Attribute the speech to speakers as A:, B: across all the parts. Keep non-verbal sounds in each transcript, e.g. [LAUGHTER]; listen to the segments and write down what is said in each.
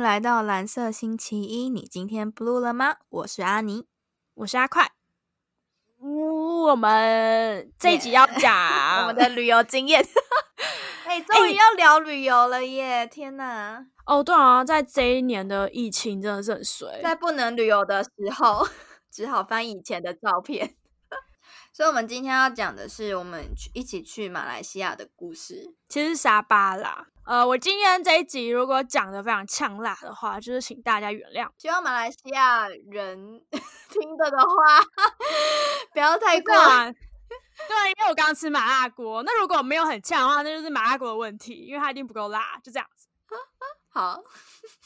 A: 蓝色星期一，你今天 blue 了吗？我是阿尼，
B: 我是阿快。嗯，我们这一集
A: [LAUGHS]
B: 要讲
A: 我们的旅游经验。 [LAUGHS] 哎、终于要聊旅游了耶！天哪，
B: 哦，对啊，在这一年的疫情真的是很衰。
A: 在不能旅游的时候， [LAUGHS] 只好翻以前的照片。所以，我们今天要讲的是我们去一起去马来西亚的故事。
B: 其实是沙巴啦，呃，我今天这一集如果讲的非常呛辣的话，就是请大家原谅。
A: 希望马来西亚人 [LAUGHS] 听着的话， [LAUGHS] 不要太过
B: 对。啊， [LAUGHS] 对，因为我刚刚吃麻辣锅，那如果没有很呛的话，那就是麻辣锅的问题，因为它一定不够辣，就这样子。
A: 好，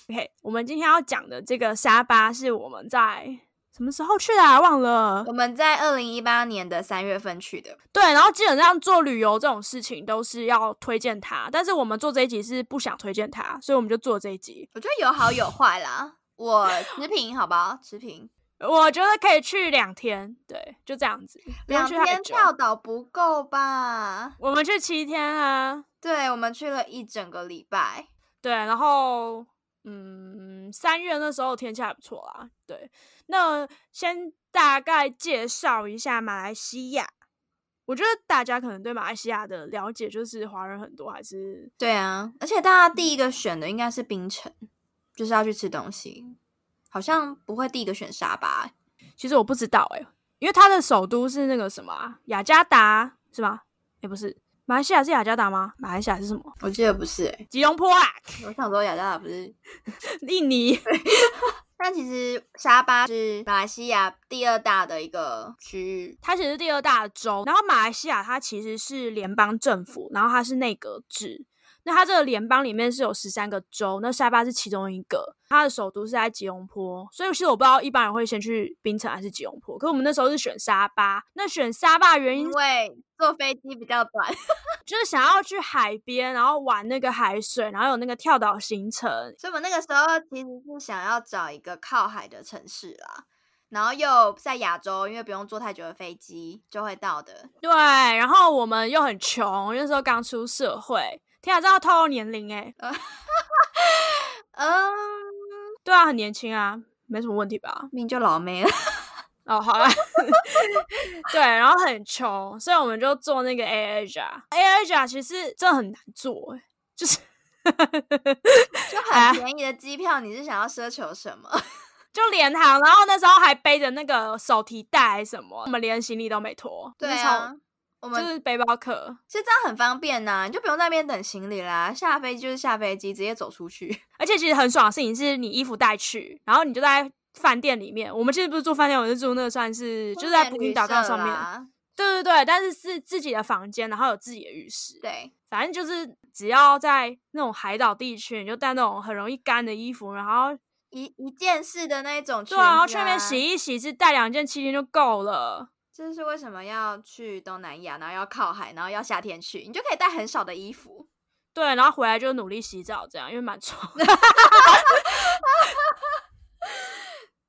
B: OK，我们今天要讲的这个沙巴是我们在什么时候去的、啊？忘了
A: 我。们在二零一八年的三月份去的，
B: 对，然后基本上做旅游这种事情都是要推荐它，但是我们做这一集是不想推荐它，所以我们就做这一集。
A: 我觉得有好有坏啦。我持平，好不好？持平。
B: 我觉得可以去两天，对，就这样子，不用
A: 两
B: 去太
A: 天
B: 久。
A: 跳岛不够吧？
B: 我们去七天啊，
A: 对，我们去了一整个礼拜。
B: 对，然后嗯，三月那时候天气还不错啦，对。那先大概介绍一下马来西亚，我觉得大家可能对马来西亚的了解就是华人很多，还是
A: 对啊，而且大家第一个选的应该是槟城，就是要去吃东西，好像不会第一个选沙巴欸。
B: 其实我不知道诶、因为它的首都是那个什么啊雅加达是吗？也不是，马来西亚是雅加达吗？马来西亚是什么？
A: 我记得不是、欸，
B: 吉隆坡啊，
A: [LAUGHS] 我想说雅加达不是。
B: 印尼。 [LAUGHS]
A: 但其实沙巴是马来西亚第二大的一个区域，
B: 它其实是第二大的州，然后马来西亚它其实是联邦政府，然后它是内阁制。那它这个联邦里面是有十三个州，那沙巴是其中一个，它的首都是在吉隆坡，所以其实我不知道一般人会先去槟城还是吉隆坡，可我们那时候是选沙巴。那选沙巴的原因
A: 因为坐飞机比较短。
B: 就是想要去海边，然后玩那个海水，然后有那个跳岛行程，
A: 所以我们那个时候其实是想要找一个靠海的城市啦，然后又在亚洲，因为不用坐太久的飞机就会到的。
B: 对，然后我们又很穷，那时候刚出社会，天啊，这要透露年龄诶、
A: 嗯，
B: 对啊，很年轻啊，没什么问题吧？
A: 命就老妹了。
B: 哦，好啦， [LAUGHS] 对，然后很穷，所以我们就做那个 A Asia。A Asia 其实真的很难做、欸，就是 [LAUGHS]
A: 就
B: 哎
A: 很便宜的机票，你是想要奢求什么？ [LAUGHS]
B: 就联航，然后那时候还背着那个手提袋什么，我们连行李都没拖，
A: 对
B: 就是
A: 啊，我
B: 超，就
A: 们
B: 是背包客。
A: 其实这样很方便呐、你就不用在那边等行李啦，下飞机就是下飞机，直接走出去。
B: 而且其实很爽的事情是你衣服带去，然后你就在饭店里面。我们其实不是住饭店，我们是住那个算是就是在 Booking
A: 岛
B: 导购上面，对对对，但是是自己的房间，然后有自己的浴室。
A: 对，
B: 反正就是只要在那种海岛地区，你就带那种很容易干的衣服，然后
A: 一一件式的那种裙子、
B: 对啊，
A: 啊，
B: 然后去那边洗。一洗，是带两件七天就够了。
A: 这是为什么要去东南亚，然后要靠海，然后要夏天去，你就可以带很少的衣服。
B: 对，然后回来就努力洗澡，这样因为蛮 [LAUGHS] 臭。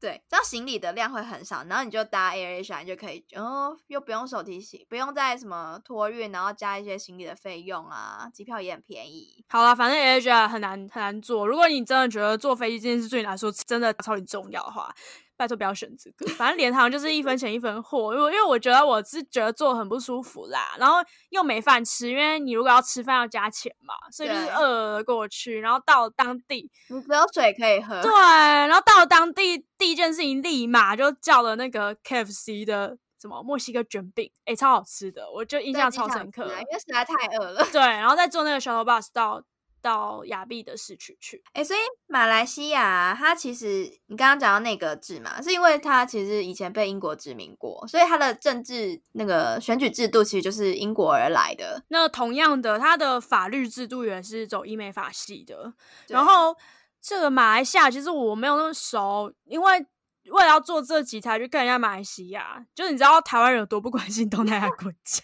A: 对，这样行李的量会很少，然后你就搭 AirAsia，你就可以，然、后又不用手提行，不用再什么托运，然后加一些行李的费用啊，机票也很便宜。
B: 好啦，反正 Asia 很难很难做。如果你真的觉得坐飞机这件事对你来说真的超级重要的话，拜托不要选这个。反正联航就是一分钱一分货，因为因为我觉得我是觉得坐很不舒服啦，然后又没饭吃，因为你如果要吃饭要加钱嘛，所以就是
A: 对
B: 饿了过去，然后到当地
A: 你只有水可以喝，
B: 对，啊然后到了当地，第一件事情立马就叫了那个 KFC 的什么墨西哥卷饼，诶，超好吃的，我就印
A: 对
B: 象
A: 机
B: 超
A: 场
B: 深刻
A: 吃啊
B: 的
A: 因。为实在太饿了。
B: 对，然后再坐那个 shuttle bus 到到雅碧的市区去。
A: 哎、所以马来西亚啊、它其实你刚刚讲到内阁制嘛，是因为它其实以前被英国殖民过，所以它的政治那个选举制度其实就是英国而来的。
B: 那同样的，它的法律制度也是走医美法系的。
A: 对
B: 然后这个马来西亚其实我没有那么熟，因为为了要做这集才去看人家马来西亚，就是你知道台湾人有多不关心东南亚国家。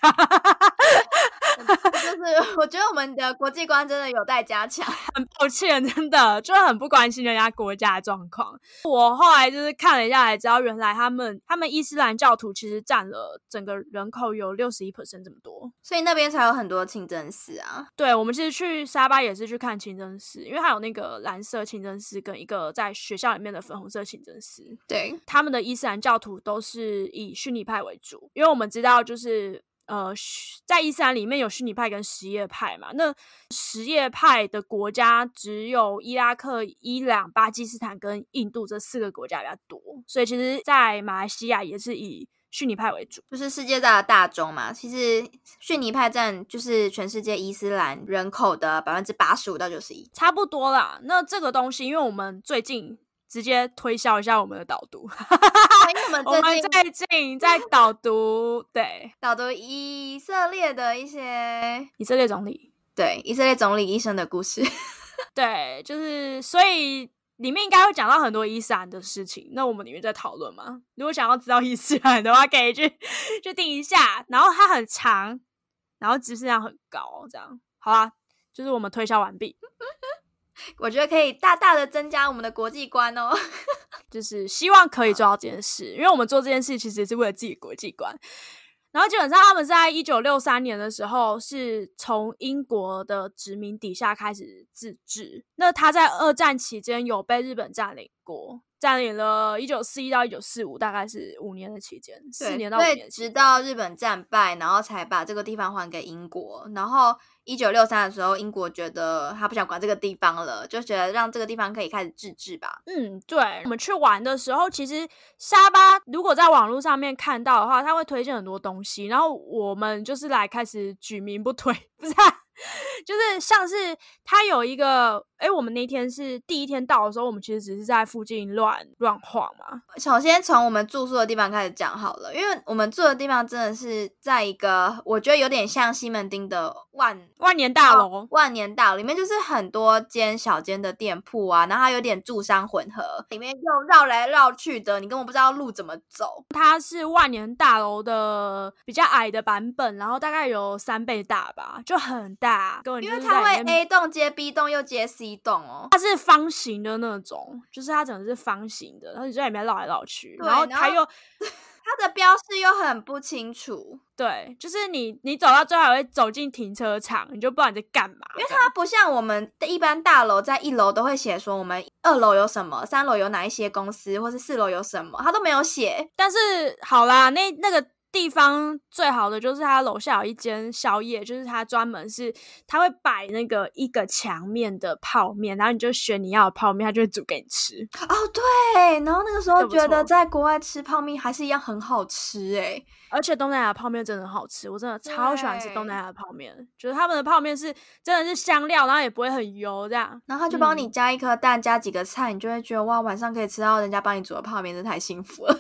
A: 我就是我觉得我们的国际观真的有待加强。
B: [LAUGHS] 很抱歉，真的就是很不关心人家国家的状况。我后来就是看了一下，才知道原来他们他们伊斯兰教徒其实占了整个人口有六十一 percent 这么多。
A: 所以那边才有很多清真寺啊。
B: 对，我们其实去沙巴也是去看清真寺，因为它有那个蓝色清真寺跟一个在学校里面的粉红色清真寺。
A: 对，
B: 他们的伊斯兰教徒都是以逊尼派为主，因为我们知道就是呃，逊在伊斯兰里面有逊尼派跟什叶派嘛。那什叶派的国家只有伊拉克、伊朗、巴基斯坦跟印度这四个国家比较多，所以其实，在马来西亚也是以逊尼派为主。
A: 就是世界大的大宗嘛。其实逊尼派占就是全世界伊斯兰人口的百分之八十五到九十
B: [LAUGHS]
A: 一。
B: 差不多啦。那这个东西，因为我们最近直接推销一下我们的导读，
A: 哎因为我们
B: [LAUGHS] 我们
A: 最近
B: 啊最近在导读，对
A: 导读以色列的一些
B: 以色列总理，
A: 对以色列总理一生的故事。 [LAUGHS]
B: 对，就是所以里面应该会讲到很多伊斯兰的事情。那我们里面在讨论嘛？如果想要知道伊斯兰的话，可以去去听一下。然后它很长，然后知识量很高，这样好啊。就是我们推销完毕，
A: 我觉得可以大大的增加我们的国际观哦。
B: 就是希望可以做到这件事，因为我们做这件事其实也是为了自己的国际观。然后基本上他们是在一九六三年的时候是从英国的殖民底下开始自治。那他在二战期间有被日本占领过，占领了一九四一到一九四五，大概是五年的期间，四
A: 对
B: 年到五
A: 所以
B: 年的期
A: 直
B: 间。
A: 到日本战败，然后才把这个地方还给英国。然后一九六三的时候，英国觉得他不想管这个地方了，就觉得让这个地方可以开始自治吧。
B: 嗯，对，我们去玩的时候，其实沙巴如果在网络上面看到的话，他会推荐很多东西，然后我们就是来开始举名不推， [LAUGHS] 不是啊、就是像是他有一个，哎，我们那天是第一天到的时候，我们其实只是在附近乱乱晃嘛，
A: 首先从我们住宿的地方开始讲好了，因为我们住的地方真的是在一个我觉得有点像西门町的万
B: 万年大楼，
A: 万年大楼里面就是很多间小间的店铺啊，然后它有点住商混合，里面又绕来绕去的，你根本不知道路怎么走。
B: 它是万年大楼的比较矮的版本，然后大概有三倍大吧，就很大，根本
A: 因
B: 就
A: 为
B: 是
A: 它
B: 在
A: 会
B: 里面
A: A 栋接 B 栋又接 C 栋哦，
B: 它是方形的那种，就是它整个是方形的，然后你就在里面绕来绕去，
A: 对
B: 然后
A: 然
B: 它
A: 后
B: 又
A: 它的标示又很不清楚，
B: 对，就是你你走到最后还会走进停车场，你就不知道你在干嘛这样。因为它
A: 它不像我们的一般大楼，在一楼都会写说我们二楼有什么，三楼有哪一些公司，或是四楼有什么，它都没有写。
B: 但是好啦，那那个地方最好的就是它楼下有一间宵夜，就是它专门是它会摆那个一个墙面的泡面，然后你就选你要的泡面，它就会煮给你吃。
A: 哦，对，然后那个时候
B: 这不
A: 觉得
B: 错
A: 在国外吃泡面还是一样很好吃哎、
B: 而且东南亚的泡面真的很好吃，我真的超喜欢吃东
A: 对
B: 南亚的泡面，就是他们的泡面是真的是香料，然后也不会很油这样。
A: 然后他就帮你
B: 嗯
A: 加一颗蛋，加几个菜，你就会觉得哇，晚上可以吃到人家帮你煮的泡面，真的太幸福了。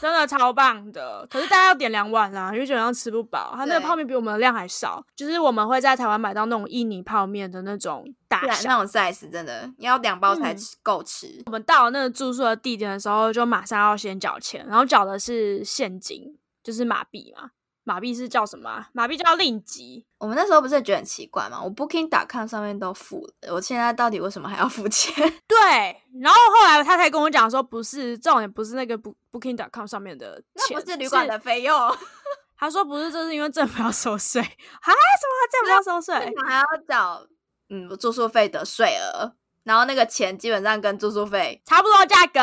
B: 真的超棒的。可是大家要点两碗啦，因为基本上吃不饱。它那个
A: 对
B: 泡面比我们的量还少，就是我们会在台湾买到那种印尼泡面的那种 [LAUGHS] 大
A: 对啊，
B: 小。
A: 那种 size 真的要两包才
B: 嗯
A: 吃够吃。
B: 我们到了那个住宿的地点的时候，就马上要先缴钱，然后缴的是现金，就是马币嘛。马币是叫什么啊、马币叫令吉，
A: 我们那时候不是觉得很奇怪吗？我 Booking.com 上面都付了，我现在到底为什么还要付钱？ [LAUGHS]
B: 对。然后后来他才跟我讲说，不是重点，不是那个 Book- Booking.com 上面的
A: 那
B: 钱，
A: 不是旅馆的费用，
B: 他说不是，这是因为政府要收税 [LAUGHS] 啊？什么？政府要收税？
A: [LAUGHS] 我还要找嗯住宿费的税额，然后那个钱基本上跟住宿费，
B: 差不多价格，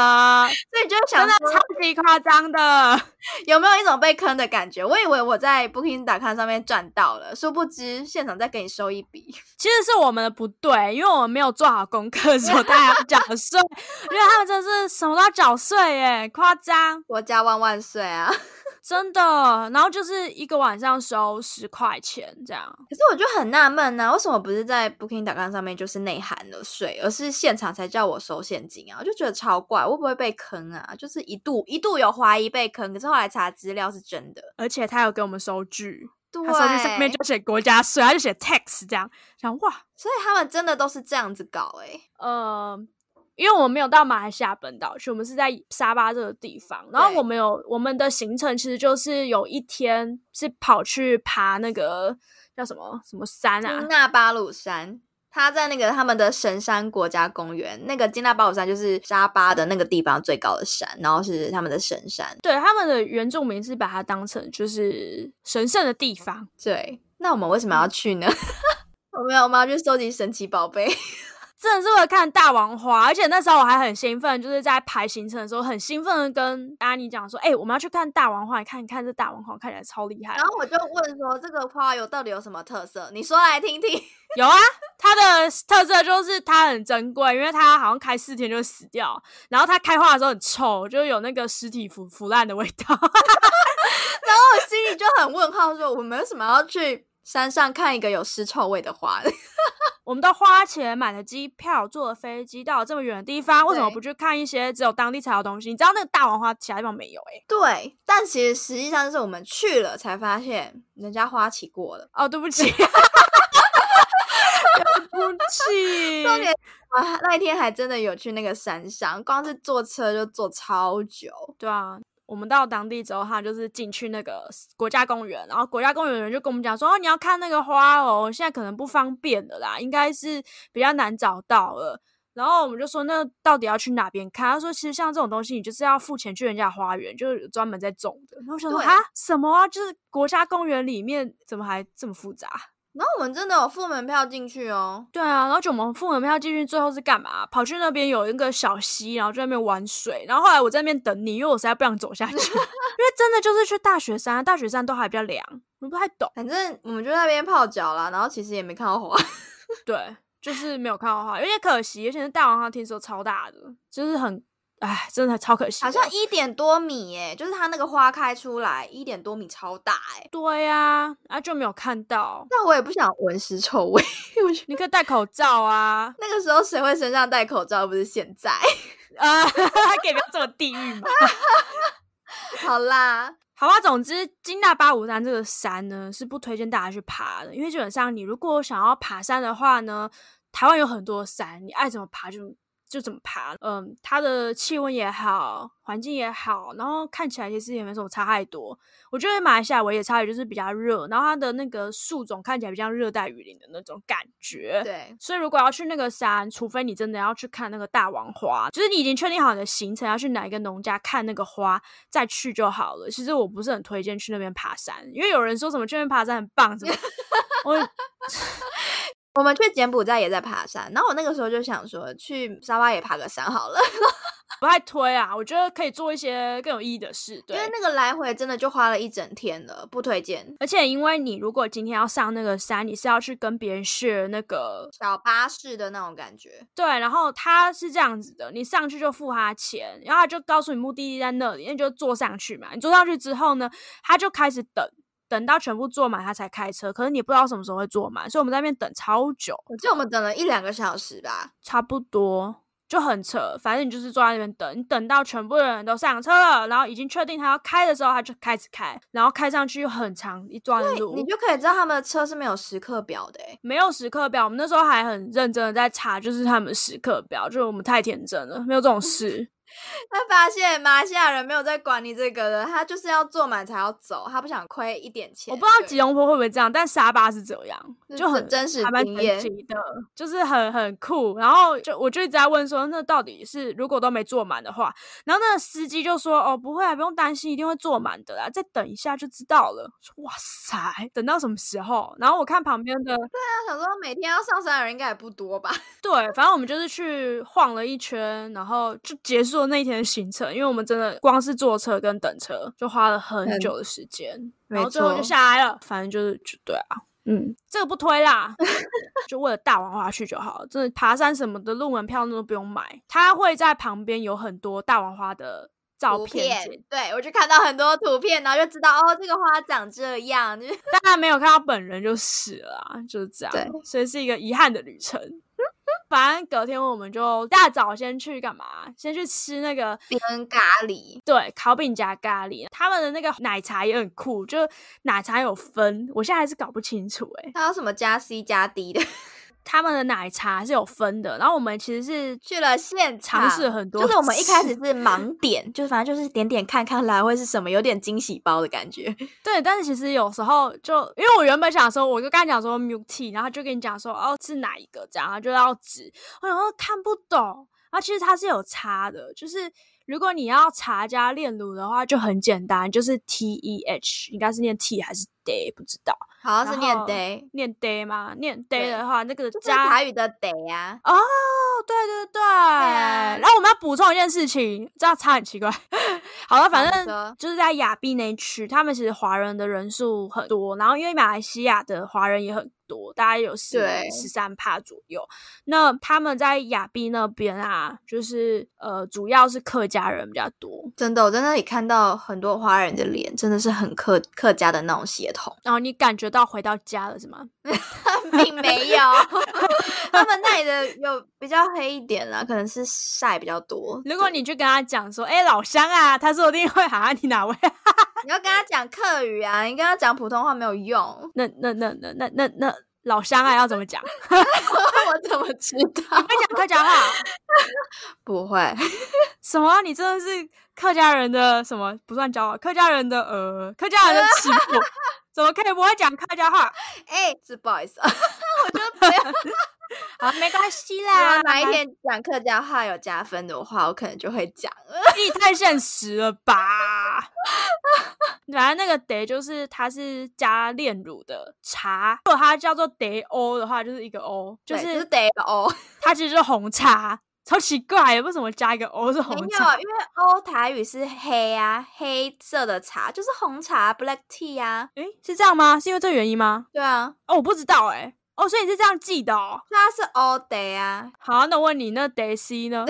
A: 所以你就会
B: 真
A: 想
B: 的
A: 说
B: 超级夸张的。
A: 有没有一种被坑的感觉？我以为我在 Booking.com 上面赚到了，殊不知现场再给你收一笔。
B: [LAUGHS]
A: [LAUGHS]
B: 其实是我们的不对，因为我们没有做好功课，所 [LAUGHS] 以大家要缴税。因为他们真的是什么都要缴税耶，夸张，
A: 国家万万岁啊！ [LAUGHS]
B: 真的。然后就是一个晚上收十块钱这样，
A: 可是我就很纳闷呐，为什么不是在 Booking.com 上面就是内含了税，而是现场才叫我收现金啊？我就觉得超怪，会不会被坑啊？就是一度一度有怀疑被坑，可是后来查资料是真的。
B: 而且他有给我们收据，
A: 对，
B: 他收据上面就写国家税，他就写 tax 这样，想哇，
A: 欸所以他们真的都是这样子搞诶、
B: 呃，因为我们没有到马来西亚本岛去，我们是在沙巴这个地方。然后
A: 对
B: 我们有我们的行程，其实就是有一天是跑去爬那个叫什么什么山啊
A: 金，纳巴鲁山，它在那个他们的神山国家公园，那个金纳巴鲁山就是沙巴的那个地方最高的山，然后是他们的神山。
B: 对，他们的原住民是把它当成就是神圣的地方。
A: 对，那我们为什么要去 [LAUGHS] 呢？我们要我们要去收集神奇宝贝，
B: 真的是为了看大王花，而且那时候我还很兴奋，就是在排行程的时候很兴奋的跟阿妮讲说：“哎、我们要去看大王花，你看你看这大王花看起来超厉
A: [LAUGHS]
B: 害。
A: 然后我就问说这个花游到底有什么特色？你说来听 [LAUGHS] 听。”
B: 有啊，它的特色就是它很珍贵，因为它好像开四天就会死掉，然后它开花的时候很臭，就有那个尸体腐腐烂的味道。 [LAUGHS]
A: 然后我心里就很问号说我们为什么要去山上看一个有尸臭味的花？
B: 我们都花钱买了机票，坐了飞机到了这么远的地方，为什么
A: 对
B: 不去看一些只有当地才有的东西？你知道那个大王花其他地方没有、欸？
A: [LAUGHS] 对，但其实实际上是我们去了才发现人家花期过了。
B: 哦，对不起， [LAUGHS] 对不起，
A: 重点啊，那一天还真的有去那个山上，光是坐车就坐超久。
B: 对啊。我们到当地之后，他就是进去那个国家公园，然后国家公园的人就跟我们讲说：“哦，你要看那个花哦，现在可能不方便的啦，应该是比较难找到了。”然后我们就说：“那到底要去哪边看？”他说：“其实像这种东西，你就是要付钱去人家花园，就是专门在种的。”然后我想说：“
A: 对
B: 啊，什么啊？就是国家公园里面怎么还这么复杂？”
A: 然后我们真的有付门票进去哦，
B: 对啊，然后就我们付门票进去，最后是干嘛？跑去那边有一个小溪，然后就在那边玩水。然后后来我在那边等你，因为我实在不想走下去 [LAUGHS] ，因为真的就是去大雪山，大雪山都还比较凉，我不太懂。
A: 反正我们就在那边泡脚啦，然后其实也没看到花。
B: 对，就是没有看到花，有点可惜。而且是大王花听说超大的，就是很，哎，真的超可惜的。
A: 好像一点多米耶、就是它那个花开出来一点多米超大哎、
B: 对呀、啊，就没有看到。
A: 但我也不想闻尸臭味， [LAUGHS] 我觉得
B: 你可以戴口罩啊，
A: 那个时候谁会身上戴口罩？又不是现在。 [LAUGHS]
B: 啊， [LAUGHS] 可以不要这么地狱嘛。
A: 好啦，
B: 好吧，总之金大八五山这个山呢是不推荐大家去爬的，因为基本上你如果想要爬山的话呢，台湾有很多山，你爱怎么爬就就怎么爬。嗯，它的气温也好，环境也好，然后看起来其实也没什么差太多。我觉得马来西亚唯一的差别就是比较热，然后它的那个树种看起来比较热带雨林的那种感觉。
A: 对，
B: 所以如果要去那个山，除非你真的要去看那个大王花，就是你已经确定好你的行程要去哪一个农家看那个花，再去就好了。其实我不是很推荐去那边爬山，因为有人说什么去那边爬山很棒什么，我
A: 我们去柬埔寨也在爬山，然后我那个时候就想说去沙巴也爬个山好了， [LAUGHS]
B: 不太推啊。我觉得可以做一些更有意义的事，
A: 因
B: 对。
A: 为那个来回真的就花了一整天了，不推荐。
B: 而且，因为你如果今天要上那个山，你是要去跟别人 share 那个
A: 小巴士的那种感觉，
B: 对，然后他是这样子的，你上去就付他钱，然后他就告诉你目的地在那里，那你就坐上去嘛。你坐上去之后呢，他就开始等，等到全部坐满他才开车。可是你不知道什么时候会坐满，所以我们在那边等超久，
A: 我记得我们等了一两个小时吧。
B: 差不多就很扯。反正你就是坐在那边等，你等到全部的人都上车了，然后已经确定他要开的时候，他就开始开，然后开上去又很长一段路，
A: 你就可以知道他们的车是没有时刻表的、欸， [LAUGHS]
B: 没有时刻表，我们那时候还很认真的在查，就是他们时刻表，就是我们太天真了，没有这种事。
A: 他发现马来西亚人没有在管你这个的，他就是要坐满才要走，他不想亏一点钱。
B: 我不知道
A: 对
B: 吉隆坡会不会这样，但沙巴是这样，
A: 这
B: 就是很
A: 真实
B: 还蛮
A: 经
B: 神
A: 验
B: 奇的，就是很很酷。然后就我就一直在问说，那到底是如果都没坐满的话，然后那个司机就说，哦，不会啊，不用担心，一定会坐满的啦，再等一下就知道了。我说哇塞，等到什么时候？然后我看旁边的，
A: 他想说每天要上山的人应该也不多吧？
B: 对，反正我们就是去晃了一圈，然后就结束了那一天的行程，因为我们真的光是坐车跟等车就花了很
A: 很
B: 久的时间。然
A: 没
B: 后最后就
A: 错
B: 下来了。反正就是就对啊，嗯，这个不推
A: [LAUGHS]
B: 啦，就为了大王花去就好了。真的爬山什么的，入门票那都不用买，它会在旁边有很多大王花的照
A: 图
B: 片剪。
A: 片，对我就看到很多图片，然后就知道哦，这个花长这样，就是
B: 当然没有看到本人就是了啊，就是这样
A: 对，
B: 所以是一个遗憾的旅程。 [LAUGHS] 反正隔天我们就大早先去干嘛？啊先去吃那个
A: 边咖喱，
B: 对，烤饼夹咖喱，他们的那个奶茶也很酷，就奶茶有分，我现在还是搞不清楚诶、欸
A: 它有什么加 C 加 D 的？
B: 他们的奶茶是有分的，然后我们其实是
A: 去了现场，
B: 尝试很多，
A: 就是我们一开始。是 [LAUGHS] 盲点，就反正就是点点看看来会是什么，有点惊喜包的感觉。
B: 对，但是其实有时候就因为我原本想说，我就跟他讲说 milk tea，然后他就跟你讲说哦是哪一个这样，他就要指，我想说看不懂，然后其实它是有差的，就是如果你要茶加炼乳的话就很简单，就是 T E H，应该是念 T 还是 day 不知道，
A: [LAUGHS] 好像是念
B: 然后
A: day，
B: 念 day 吗？念
A: 对
B: day 的话，那个
A: 就是
B: 加
A: 台语的 day 啊，
B: 哦，对对对，
A: 啊
B: 然后我们要补充一件事情，这样差很奇怪。 [LAUGHS] 好了，反
A: 你说
B: 正就是在亚庇那一区，他们其实华人的人数很多，然后因为马来西亚的华人也很多，大概有十
A: 对
B: 十三趴左右。那他们在亚庇那边啊，就是呃，主要是客家人比较多。
A: 真的，我在那里看到很多华人的脸，真的是很客客家的那种血统。
B: 然后你感觉到回到家了是吗？
A: [LAUGHS] 并没有， [LAUGHS] 他们那里的有比较黑一点啦，可能是晒比较多。
B: 如果你去跟他讲说，哎、老乡啊，他说一定会 [LAUGHS] 喊你哪位啊？
A: 你要跟他讲客语啊，你跟他讲普通话没有用， [LAUGHS]
B: 那那那那那那那老乡啊，要怎么讲？ [LAUGHS]
A: 我怎么知道？
B: 会讲客家话？
A: 不会，
B: 什么啊？你真的是客家人的什么不算骄傲？客家人的呃，客家人的耻 [LAUGHS] 辱，怎么可以不会讲客家话？
A: 哎、是不好意思啊，
B: 啊，没关系
A: 如
B: 啦
A: 果，哪一天讲客家话有加分的话，我可能就会讲了。
B: 你太现实了吧？反正那个得就是它是加炼乳的茶，如果它叫做得欧的话，就是一个欧，就
A: 对就是
B: 是
A: 得哦，
B: 它其实就是红茶，超奇怪，为什么加一个欧是
A: 没
B: 红
A: 有，
B: 茶？
A: 因为欧台语是黑啊，黑色的茶就是红茶 （black tea） 啊。
B: 诶，是这样吗？是因为这个原因吗？
A: 对啊，
B: 哦，我不知道诶，哦，所以你是这样记的哦。
A: 所以它是欧得啊。
B: 好，那我问你，那 Daisy [LAUGHS] 呢？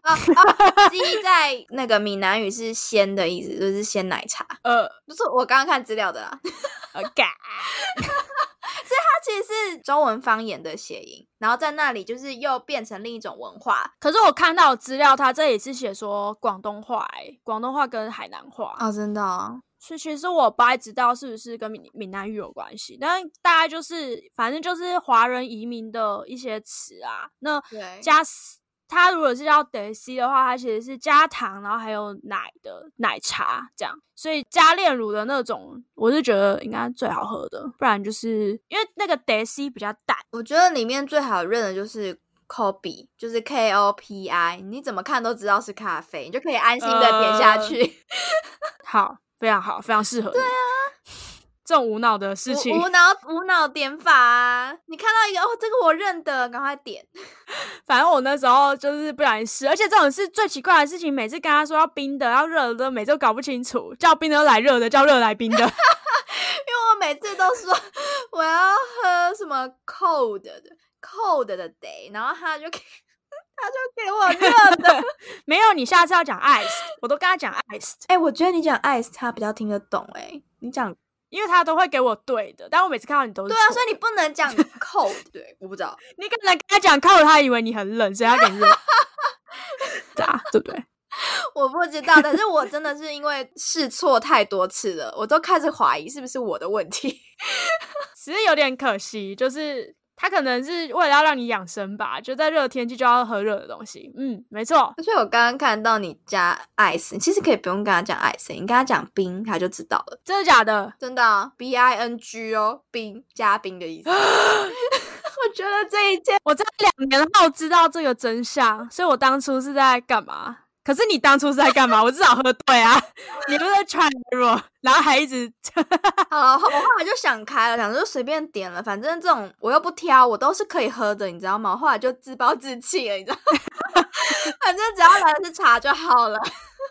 A: 啊啊！ [LAUGHS] 鸡在那个闽南语是鲜的意思，就是鲜奶茶，
B: 呃
A: 就是我刚刚看资料的啦。 [LAUGHS]
B: 呃，嘎，
A: 它其实是中文方言的谐音，然后在那里就是又变成另一种文化。
B: 可是我看到资料，它这里是写说广东话、欸，广东话跟海南话，
A: 哦，真的、哦，
B: 所以其实我不太知道是不是跟闽闽南语有关系，但大概就是反正就是华人移民的一些词啊。那
A: 对
B: 加 s- 它如果是要 Daisy 的话，它其实是加糖，然后还有奶的奶茶这样，所以加炼乳的那种，我是觉得应该最好喝的，不然就是因为那个 Daisy 比较淡。
A: 我觉得里面最好认的就是。Kopi 就是 K O P I，你怎么看都知道是咖啡，你就可以安心的点下去。
B: 好，非常好，非常适合你。对啊， [LAUGHS] 这种无脑的事情
A: 无，无脑无脑点法啊！你看到一个哦，这个我认得，赶快点。 [LAUGHS]
B: 反正我那时候就是不小心试，而且这种是最奇怪的事情。每次跟他说要冰的，要热的，每次都搞不清楚，叫冰的来热的，叫热来冰的。 [LAUGHS]
A: 因为我每次都说我要喝什么 cold 的 cold 的 day，然后他就给他就给我热的。
B: 没有，你下次要讲 ice，我都跟他讲 ice，
A: 哎、我觉得你讲 ice 他比较听得懂哎、你讲
B: 因为他都会给我对的，但我每次看到你都是
A: 对啊，
B: 错
A: 所以你不能讲 cold。对，我不知道，
B: 你可能跟他讲靠，他以为你很冷，所以他给你热。
A: [LAUGHS]
B: 对啊，对不对？ [LAUGHS]
A: 我不知道，但是我真的是因为试错太多次了，我都开始怀疑是不是我的问题。 [LAUGHS]
B: 其实有点可惜，就是他可能是为了要让你养生吧，就在热天气就要喝热的东西。嗯，没错，
A: 所以我刚刚看到你加 ice，你其实可以不用跟他讲 ice，你跟他讲冰，他就知道了。
B: 真的假的？
A: 真的啊、b I N G 哦，冰加冰的意思。 [LAUGHS] 我觉得这一件
B: 我在两年后知道这个真相，所以我当初是在干嘛？可是你当初是在干嘛？我至少喝对啊，你不是在 try error，然后还一直 [LAUGHS]
A: 好了，我后来就想开了，想说随便点了，反正这种我又不挑，我都是可以喝的，你知道吗？我后来就自暴自弃了，你知道吗， [LAUGHS] 反正只要来的是茶就好了。 [LAUGHS]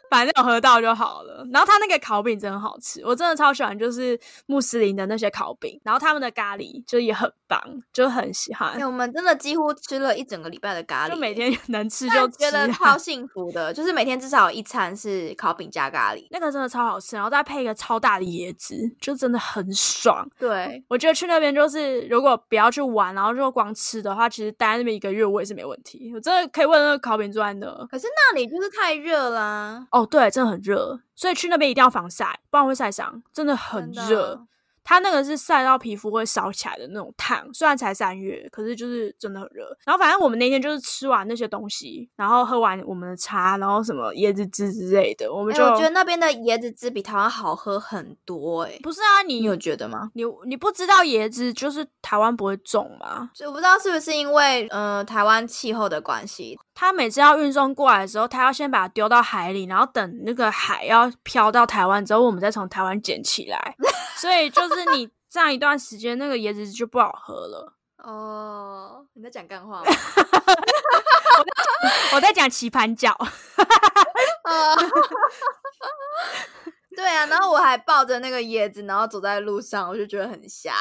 B: 反正有喝到就好了。然后他那个烤饼真的很好吃，我真的超喜欢，就是穆斯林的那些烤饼，然后他们的咖喱就也很棒，就很喜欢
A: 哎、，我们真的几乎吃了一整个礼拜的咖喱，
B: 就每天能吃
A: 但
B: 就吃、
A: 觉
B: 啊。
A: 得超幸福的，就是每天至少有一餐是烤饼加咖喱。
B: [LAUGHS] 那个真的超好吃，然后再配一个超大的椰子，就真的很爽。
A: 对，
B: 我觉得去那边就是，如果不要去玩，然后就光吃的话，其实待在那边一个月我也是没问题。我真的可以问那个烤饼专的。
A: 可是那里就是太热啦，
B: 哦，对，真的很热，所以去那边一定要防晒，不然会晒伤，真的很
A: 真的啊
B: 热。。它那个是晒到皮肤会烧起来的那种烫，虽然才三月，可是就是真的很热。然后反正我们那天就是吃完那些东西，然后喝完我们的茶，然后什么椰子汁之类的，我们
A: 哎
B: 就、
A: 我觉得那边的椰子汁比台湾好喝很多、欸，
B: 不是啊，你
A: 你有觉得吗？
B: 你你不知道椰子就是台湾不会种吗？
A: 就我不知道是不是因为呃台湾气候的关系，
B: 它每次要运送过来的时候，它要先把它丢到海里，然后等那个海要飘到台湾之后，我们再从台湾捡起 [LAUGHS] 来。所以就是你这样一段时间，那个椰子汁就不好喝了。
A: 哦，你在讲干话吗？
B: [LAUGHS] 我在讲棋盘脚，
A: 啊 [LAUGHS] 对啊，然后我还抱着那个椰子，然后走在路上，我就觉得很瞎。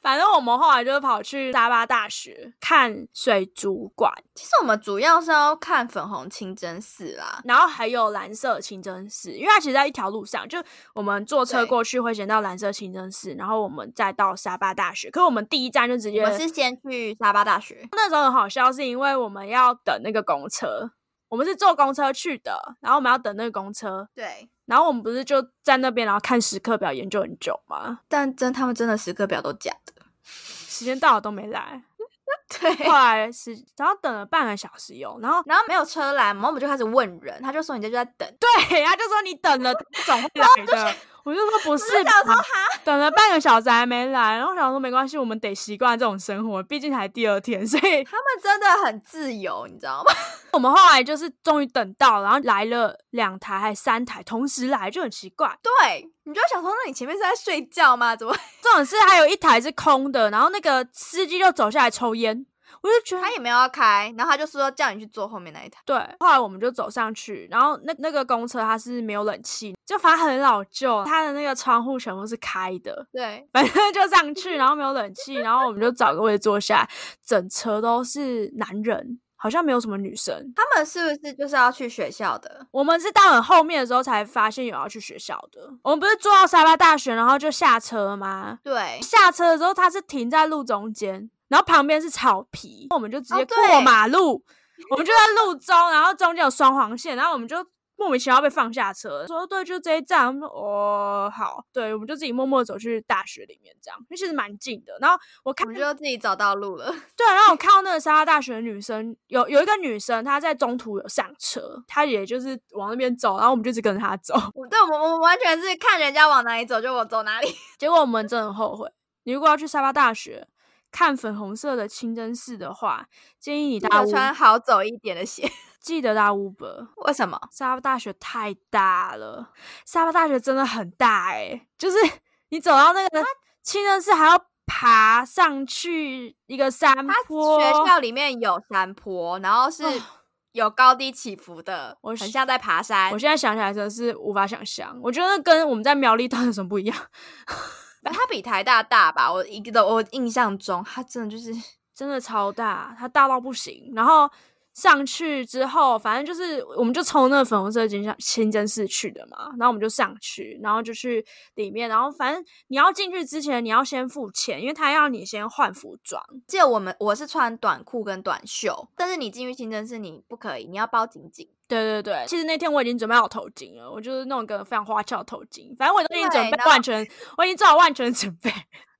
B: 反正我们后来就跑去沙巴大学看水族馆，
A: 其实我们主要是要看粉红清真寺啦，
B: 然后还有蓝色清真寺，因为它其实在一条路上，就我们坐车
A: 对
B: 过去会先到蓝色清真寺，然后我们再到沙巴大学。可我们第一站就直接
A: 我们是先去沙巴大学，
B: 那时候很好笑，是因为我们要等那个公车，我们是坐公车去的，然后我们要等那个公车，
A: 对，
B: 然后我们不是就在那边，然后看时刻表研究很久吗？
A: 但真他们真的时刻表都假的，
B: 时间到了都没来，
A: [LAUGHS] 对。
B: 后来时然后等了半个小时有，然后
A: 然后没有车来，然后我们就开始问人，他就说你这就在等，
B: 对，他就说你等了总会
A: [LAUGHS]
B: 来的。我就说不是
A: 啊我就想说
B: 吧，等了半个小时还没来，然后我想说没关系，我们得习惯这种生活，毕竟才第二天，
A: [LAUGHS]
B: 所以
A: 他们真的很自由，你知道吗？ [LAUGHS]
B: 我们后来就是终于等到，然后来了两台还三台同时来，就很奇怪。
A: 对，你就想说，那你前面是在睡觉吗？怎么
B: 这种事还有一台是空的，然后那个司机就走下来抽烟，我就觉得
A: 他也没有要开？然后他就说叫你去坐后面那一台，
B: 对。后来我们就走上去，然后那那个公车它是没有冷气，就反正很老旧，它的那个窗户全部是开的， [LAUGHS]
A: 对，
B: 反正就上去，然后没有冷气，然后我们就找个位置坐下来，整车都是男人，好像没有什么女生。
A: 他们是不是就是要去学校的？
B: 我们是到很后面的时候才发现有要去学校的，我们不是坐到沙巴大学，然后就下车吗？
A: 对，
B: 下车的时候，它是停在路中间，然后旁边是草皮，我们就直接
A: 哦对
B: 过马路，我们就在路中，然后中间有双黄线，然后我们就莫名其妙被放下车，说对，就这一站，我们说哦好，对，我们就自己默默地走去大学里面这样，因为其实蛮近的。然后我
A: 我
B: 看
A: 们就自己找到路了。 [LAUGHS]
B: 对，然后我看到那个沙拉大学的女生，有有一个女生，她在中途有上车，她也就是往那边走，然后我们就一直跟着她走，
A: 我对我们我们完全是看人家往哪里走就我走哪里。
B: 结果我们真的很后悔。你如果要去沙巴大学看粉红色的清真寺的话，建议你
A: 记
B: 搭
A: 得
B: U，
A: 穿好走一点的鞋。 [LAUGHS]
B: 记得搭 Uber。
A: 为什么？
B: 沙巴大学太大了，沙巴大学真的很大哎、就是 [LAUGHS] 你走到那个清真寺还要爬上去一个山坡。
A: 学校里面有山坡，然后是
B: 哦
A: 有高低起伏的，
B: 我
A: 很
B: 是
A: 像在爬山
B: 我。现在想起来真的是无法想象，我觉得那跟我们在苗栗到底有什么不一样？
A: 它比台大大吧？我一个我印象中，它真的就是 [LAUGHS]
B: 真的超大，它大到不行。然后上去之后，反正就是我们就从那个粉红色金像清真寺去的嘛，然后我们就上去，然后就去里面，然后反正你要进去之前你要先付钱，因为他要你先换服装。
A: 记得我们我是穿短裤跟短袖，但是你进去清真寺你不可以，你要包紧紧。
B: 对对对，其实那天我已经准备好头巾了，我就是弄一个非常花俏的头巾，反正我都已经准
A: 对
B: 备
A: 然后
B: 万全，我已经做好万全准备。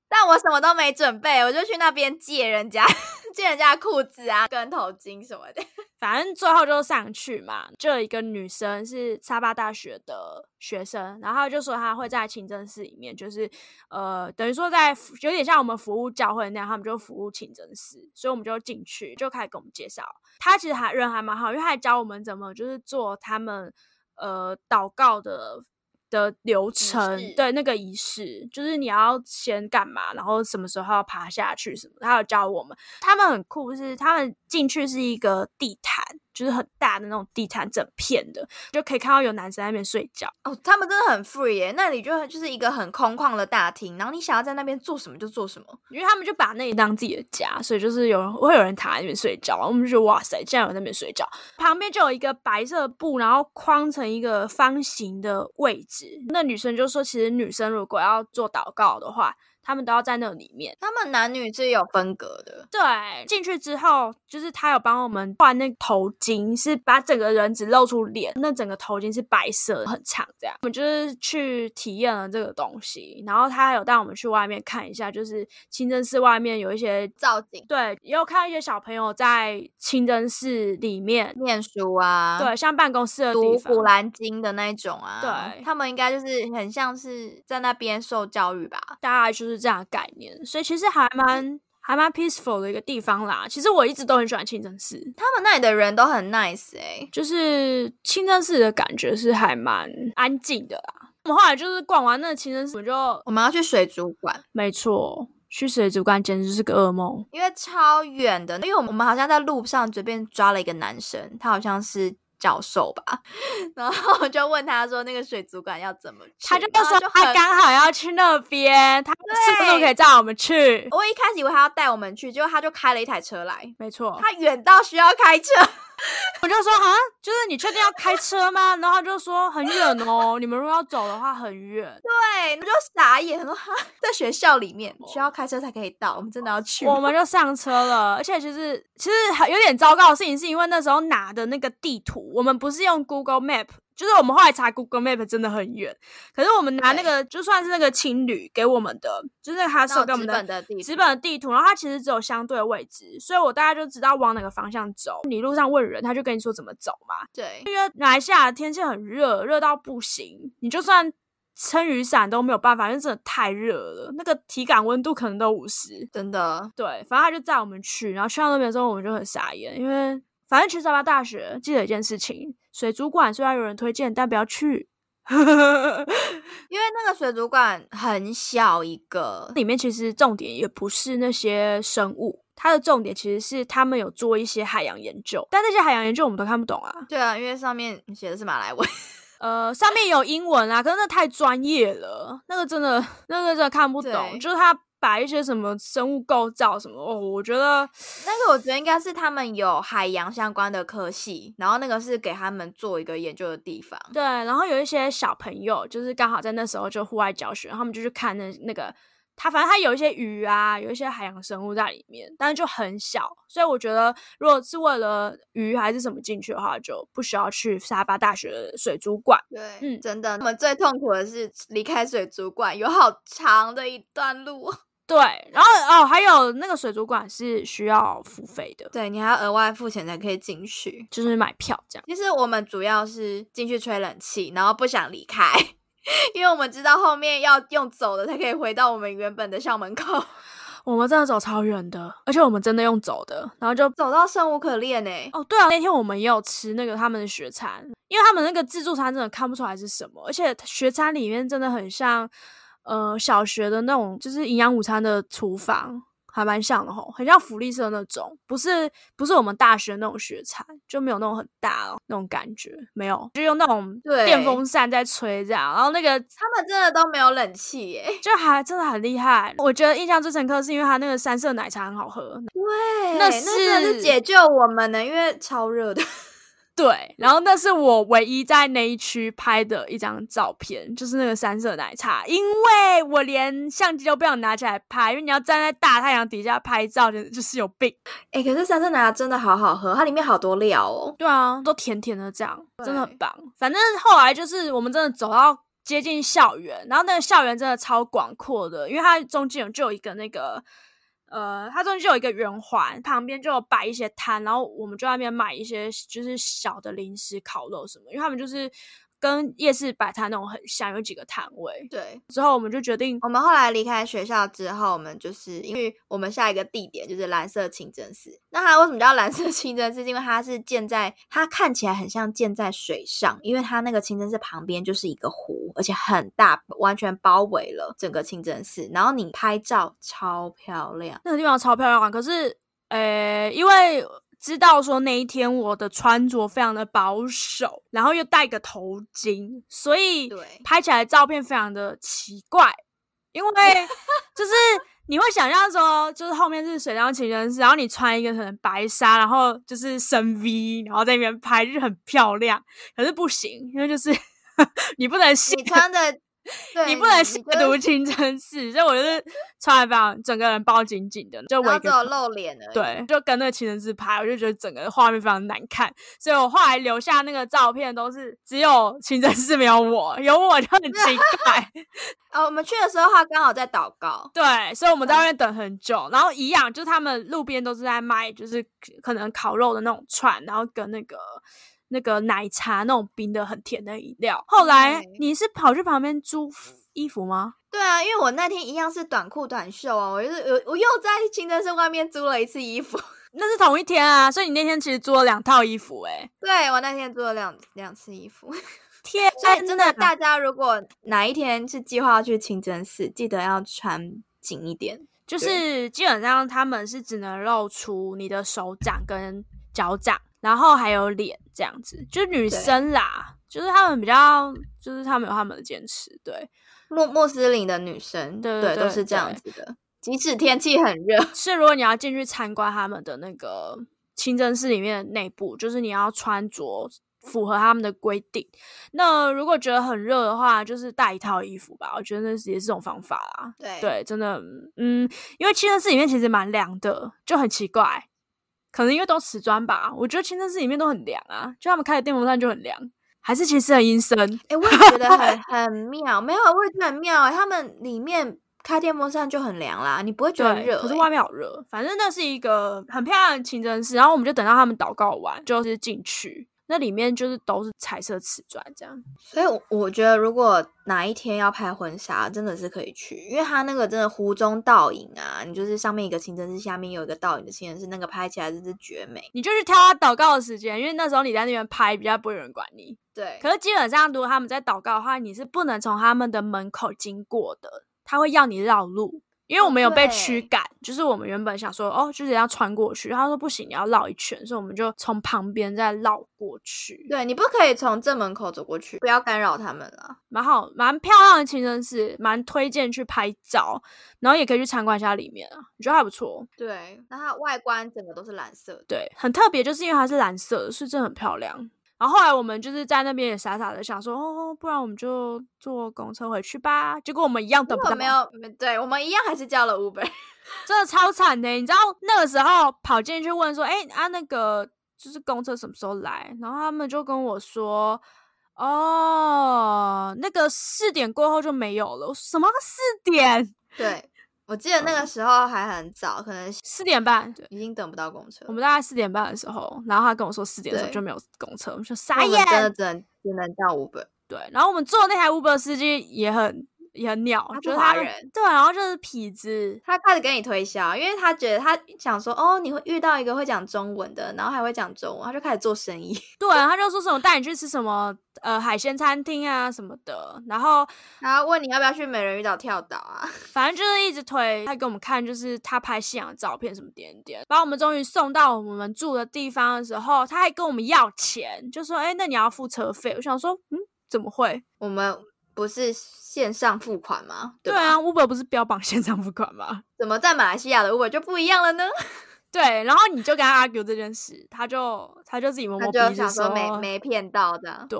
A: 但我什么都没准备，我就去那边借人家 [LAUGHS] 借人家的裤子啊、跟头巾什么的。
B: 反正最后就上去嘛，就有一个女生是沙巴大学的学生，然后她就说她会在清真寺里面，就是呃，等于说在服有点像我们服务教会那样，他们就服务清真寺，所以我们就进去，就开始给我们介绍。她其实还人还蛮好，因为她还教我们怎么就是做他们呃祷告的。的流程
A: 式
B: 对那个仪式，就是你要先干嘛，然后什么时候要爬下去什么，她有教我们。他们很酷，是他们进去是一个地毯，就是很大的那种地毯，整片的，就可以看到有男生在那边睡觉。
A: 哦，他们真的很 free 耶、那里就就是一个很空旷的大厅，然后你想要在那边做什么就做什么。
B: 因为他们就把那里当自己的家，所以就是有人会有人躺在那边睡觉，然后我们就觉得哇塞，竟然有人在那边睡觉。旁边就有一个白色的布，然后框成一个方形的位置。那女生就说，其实女生如果要做祷告的话，他们都要在那里面。
A: 他们男女是有分隔的，
B: 对，进去之后，就是他有帮我们换那个头巾，是把整个人只露出脸，那整个头巾是白色的，很长，这样。我们就是去体验了这个东西，然后他还有带我们去外面看一下，就是清真寺外面有一些，
A: 造景、
B: 对，也有看到一些小朋友在清真寺里面，
A: 念书啊，，
B: 对，像办公室的地
A: 读《
B: 方，
A: 古兰经》的那一种啊。
B: 对
A: 他们应该就是很像是在那边受教育吧。
B: 大概就是这样的概念，所以其实还
A: 嗯
B: 蛮还蛮 peaceful 的一个地方啦。其实我一直都很喜欢清真寺，
A: 他们那里的人都很 nice 哎、
B: 就是清真寺的感觉是还蛮安静的啦。我们后来就是逛完那个清真寺，我们就
A: 我们要去水族馆，
B: 没错去水族馆简直就是个噩梦。
A: 因为超远的，因为我们我们好像在路上随便抓了一个男生，他好像是教授吧，然后我就问他说那个水族馆要怎么去，
B: 他就
A: 然后
B: 说
A: 就
B: 他
A: 很
B: 刚好要去那边，他
A: 对
B: 是不是可以带我们去？
A: 我一开始以为他要带我们去，结果他就开了一台车来，
B: 没错，
A: 他远到需要开车，
B: 我就说啊，就是你确定要开车吗？然后他就说很远哦，你们如果要走的话很远。 [LAUGHS]
A: 对，我就傻眼，他说哈，在学校里面需要开车才可以到，我们真的要去吗，
B: 哦我们就上车了，而且其实其实很有点糟糕的事情，是因为那时候拿的那个地图，我们不是用 Google Map，就是我们后来查 Google Map 真的很远，可是我们拿那个就算是那个情侣给我们的，就是那个哈
A: 那
B: 手
A: 种
B: 给我们
A: 纸
B: 的
A: 本。的地
B: 纸
A: 址
B: 本的地图，然后它其实只有相对位置，所以我大概就知道往哪个方向走。你路上问人，他就跟你说怎么走嘛。
A: 对，
B: 因为马来西亚的天气很热，热到不行，你就算撑雨伞都没有办法，因为真的太热了，那个体感温度可能都五十。
A: 真的
B: 对，反正他就载我们去，然后去到那边之后，我们就很傻眼，因为反正去沙巴大学记得一件事情：水族馆虽然有人推荐，但不要去。 [LAUGHS]
A: 因为那个水族馆很小一个，
B: 里面其实重点也不是那些生物，它的重点其实是他们有做一些海洋研究，但那些海洋研究我们都看不懂啊。
A: 对啊，因为上面写的是马来文， [LAUGHS]
B: 呃，上面有英文啊，可是那太专业了，那个真的，那个真的看不懂。
A: 对
B: 就是他把一些什么生物构造什么，哦，我觉得
A: 那个我觉得应该是他们有海洋相关的科系，然后那个是给他们做一个研究的地方。
B: 对，然后有一些小朋友，就是刚好在那时候就户外教学，然后他们就去看那那个，他反正他有一些鱼啊，有一些海洋生物在里面，但是就很小，所以我觉得如果是为了鱼还是什么进去的话，就不需要去沙巴大学的水族馆。
A: 对，
B: 嗯
A: 真的，我们最痛苦的是离开水族馆，有好长的一段路。
B: 对，然后哦，还有那个水族馆是需要付费的，
A: [LAUGHS] 对你还要额外付钱才可以进去。
B: 就是买票这样。
A: 其实我们主要是进去吹冷气，然后不想离开， [LAUGHS] 因为我们知道后面要用走的才可以回到我们原本的校门口， [LAUGHS]
B: 我们真的走超远的，而且我们真的用走的，然后就
A: 走到生无可恋呢、
B: 哦，对啊，那天我们也有吃那个他们的学餐，因为他们那个自助餐真的看不出来是什么，而且学餐里面真的很像，呃，小学的那种就是营养午餐的厨房，还蛮像的吼，很像福利社那种，不是不是我们大学那种学餐，就没有那种很大哦那种感觉，没有，就用那种
A: 对
B: 电风扇在吹这样，然后那个
A: 他们真的都没有冷气耶、
B: 就还真的很厉害，我觉得印象最深刻是因为它那个三色奶茶很好喝，
A: 对，
B: 那
A: 真的
B: 是
A: 是解救我们呢，因为超热的。 [LAUGHS]
B: 对，然后那是我唯一在那一区拍的一张照片，就是那个三色奶茶，因为我连相机都不想拿起来拍，因为你要站在大太阳底下拍照，简直就是有病。
A: 哎、可是三色奶茶真的好好喝，它里面好多料哦。
B: 对啊，都甜甜的，这样真的很
A: 对
B: 棒。反正后来就是我们真的走到接近校园，然后那个校园真的超广阔的，因为它中间有就有一个那个。呃，它中间就有一个圆环，旁边就有摆一些摊，然后我们就在那边买一些就是小的零食、烤肉什么，因为他们就是跟夜市摆摊那种很像，有几个摊位。
A: 对，
B: 之后我们就决定
A: 我们后来离开学校之后，我们就是因为我们下一个地点就是蓝色清真寺。那它为什么叫蓝色清真寺？是因为它是建在它看起来很像建在水上，因为它那个清真寺旁边就是一个湖，而且很大，完全包围了整个清真寺。然后你拍照超漂亮，
B: 那个地方超漂亮啊，可是，呃，因为知道说那一天我的穿着非常的保守，然后又戴个头巾，所以
A: 对
B: 拍起来的照片非常的奇怪，因为
A: [LAUGHS]
B: 就是你会想象说，就是后面是水上情人寺，然后你穿一个可能白纱，然后就是深 V，然后在那边拍，就是很漂亮，可是不行，因为就是 [LAUGHS] 你不能
A: [LAUGHS]
B: 信
A: 你穿的对
B: 你不能亵
A: 亵
B: 渎清真寺，所以我就是穿把整个人包紧紧的，就
A: 然
B: 围
A: 后
B: 一
A: 只
B: 个
A: 有露脸而已。
B: 对，就跟那个情人自拍，我就觉得整个画面非常难看，所以我后来留下那个照片都是只有情人是没有我，有我就很奇 [LAUGHS] 怪。
A: 哦，我们去的时候他刚好在祷告，
B: 对，所以我们在外面等很久，然后一样，就是他们路边都是在卖，就是可能烤肉的那种串，然后跟那个。那个奶茶那种冰的很甜的饮料，后来
A: 对
B: 你是跑去旁边租衣服吗？
A: 对啊，因为我那天一样是短裤短袖啊，我就是我我又在清真寺外面租了一次衣服， [LAUGHS]
B: 那是同一天啊，所以你那天其实租了两套衣服、欸，
A: 对我那天租了两两次衣服， [LAUGHS]
B: 天
A: 所以真的啊大
B: 哪
A: 家如果哪一天是计划要去清真寺，记得要穿紧一点，
B: 就
A: 对
B: 是基本上他们是只能露出你的手掌跟脚掌，然后还有脸这样子，就是女生啦，就是他们比较，就是他们有他们的坚持，对，
A: 穆穆斯林的女生
B: 对对
A: 都
B: 对
A: 是这样
B: 对
A: 子的，即使天气很热， [LAUGHS]
B: 是如果你要进去参观他们的那个清真寺里面的内部，就是你要穿着符合他们的规定。那如果觉得很热的话，就是带一套衣服吧，我觉得那是也是种方法啦。
A: 对
B: 对，真的，嗯，因为清真寺里面其实蛮凉的，就很奇怪，可能因为都瓷砖吧。我觉得清真寺里面都很凉啊，就他们开的电风扇就很凉，还是其实很阴森。
A: 哎、我也觉得很很妙，没有，我也觉得很妙、欸。他们里面开电风扇就很凉啦，你不会觉得
B: 对，
A: 热、欸。
B: 可是外面好热。反正那是一个很漂亮的清真寺，然后我们就等到他们祷告完，就是进去，那里面就是都是彩色瓷砖这样。
A: 所以我，我觉得如果哪一天要拍婚纱，真的是可以去，因为它那个真的湖中倒影啊，你就是上面一个清真寺，下面有一个倒影的清真寺，那个拍起来真是绝美。
B: 你就去挑他祷告的时间，因为那时候你在那边拍，比较不会有人管你。
A: 对
B: 可是基本上，如果他们在祷告的话，你是不能从他们的门口经过的，他会要你绕路。因为
A: 哦
B: 我们有被
A: 对
B: 驱赶，就是我们原本想说，哦，就是要穿过去，他说不行，你要绕一圈，所以我们就从旁边再绕过去。
A: 对你不可以从正门口走过去，不要干扰他们了。
B: 蛮好，蛮漂亮的清真寺，蛮推荐去拍照，然后也可以去参观一下里面啊，我觉得还不错。
A: 对，那它外观整个都是蓝色的。
B: 对，很特别，就是因为它是蓝色的，是真的很漂亮。然后后来我们就是在那边也傻傻的想说，哦，不然我们就坐公车回去吧。结果我们一样等不
A: 我
B: 到，
A: 没有，没对我们一样还是叫了 Uber。
B: 真的超惨的。欸你知道那个时候跑进去问说，哎、啊那个就是公车什么时候来？然后他们就跟我说，哦，那个四点过后就没有了。我说什么四点？
A: 对， [LAUGHS] 嗯我记得那个时候还很早，可能
B: 四点半？对。
A: 已经等不到公车了。
B: 我们大概四点半的时候，然后他跟我说四点的时候
A: 对
B: 就没有公车，我们
A: 那
B: 说傻
A: 我们真的
B: 眼。
A: 只能只能叫 Uber。
B: 对，然后我们坐那台 Uber 司机也很也很鸟，
A: 他不
B: 就是
A: 华
B: 他们
A: 人
B: 对，然后就是痞子，
A: 他开始跟你推销，因为他觉得他想说，哦，你会遇到一个会讲中文的，然后还会讲中文，他就开始做生意。 [LAUGHS]
B: 对，他就说什么带你去吃什么呃海鲜餐厅啊什么的，然后
A: 然后问你要不要去美人鱼岛跳岛啊？
B: 反正就是一直推他给我们看，就是他拍信仰的照片什么点点点，把我们终于送到我们住的地方的时候，他还跟我们要钱，就说哎、那你要付车费，我想说嗯怎么会？
A: 我们不是线上付款吗？
B: 对
A: 吧，
B: 啊，Uber 不是标榜线上付款吗？ [LAUGHS]
A: 怎么在马来西亚的 Uber 就不一样了呢？
B: 对，然后你就跟他 argue 这件事，他就他就自己摸
A: 他
B: 摸
A: 就
B: 鼻子
A: 想说没
B: 说
A: 没骗到这样。
B: 对，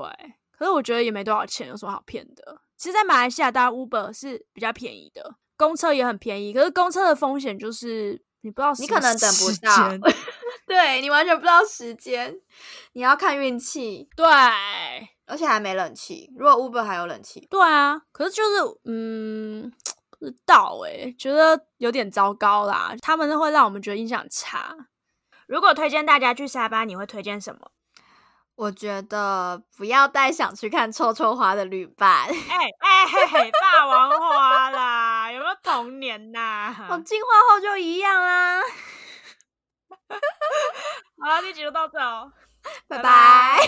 B: 可是我觉得也没多少钱，有什么好骗的？其实，在马来西亚，大家 Uber 是比较便宜的，公车也很便宜，可是公车的风险就是你不知道
A: 你
B: 什
A: 可
B: 么
A: 能等不
B: 时
A: 到
B: 间
A: [LAUGHS]
B: [LAUGHS]
A: 对你完全不知道时间，你要看运气，
B: 对
A: 而且还没冷气。如果 Uber 还有冷气，
B: 对啊，可是就是嗯。不知道诶、觉得有点糟糕啦。他们会让我们觉得印象很差。如果推荐大家去沙巴，你会推荐什么？ [LAUGHS]
A: 我觉得不要带想去看臭臭花的旅伴。
B: 哎哎嘿嘿，霸王花啦，有没有童年 [LAUGHS] 呐、
A: 我进化后就一样啊啦，
B: 好啦，这集就到这哦，
A: 拜拜。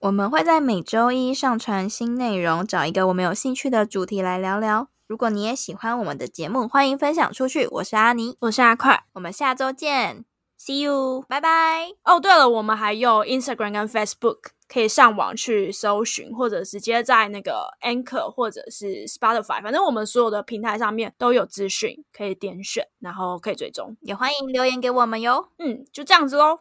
A: 我们会在每周一上传新内容，找一个我们有兴趣的主题来聊聊。如果你也喜欢我们的节目，欢迎分享出去。我是阿尼，
B: 我是阿快，
A: 我们下周见。
C: See you。
A: 拜拜。
B: 哦，对了，我们还有 Instagram 跟 Facebook 可以上网去搜寻，或者直接在那个 Anchor 或者是 Spotify，反正我们所有的平台上面都有资讯可以点选，然后可以追踪。
A: 也欢迎留言给我们哟。
B: 嗯，就这样子喽，